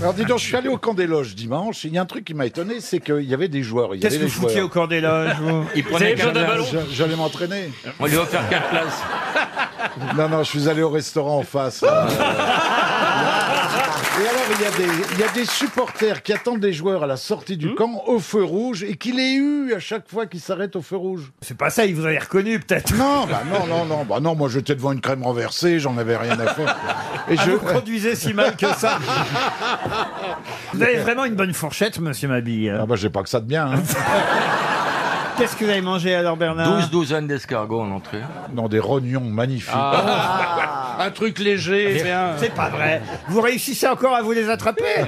Alors dis donc, je suis allé au camp des loges dimanche. Il y a un truc qui m'a étonné, c'est qu'il y avait des joueurs. Il y Qu'est-ce avait que vous des foutiez joueurs. au corps des loges, vous Il prenait J'allais- quatre places. j'a- J'allais m'entraîner. On lui a offert quatre places. Non, non, je suis allé au restaurant en face. Euh, Et alors, il y, a des, il y a des supporters qui attendent des joueurs à la sortie Hmm du camp au feu rouge et qui les eu à chaque fois qu'ils s'arrêtent au feu rouge. C'est pas ça, il vous avait reconnu peut-être. Non, bah non, non, non. Bah non, moi j'étais devant une crème renversée, j'en avais rien à faire. Et Ah, je. vous conduisez si mal que ça. vous avez vraiment une bonne fourchette, monsieur Mabille. Ah bah j'ai pas que ça de bien. hein. Qu'est-ce que vous avez mangé alors, Bernard 12 douzaines d'escargots en entrée. Non, des rognons magnifiques. Un truc léger, bien. C'est pas vrai. Vous réussissez encore à vous les attraper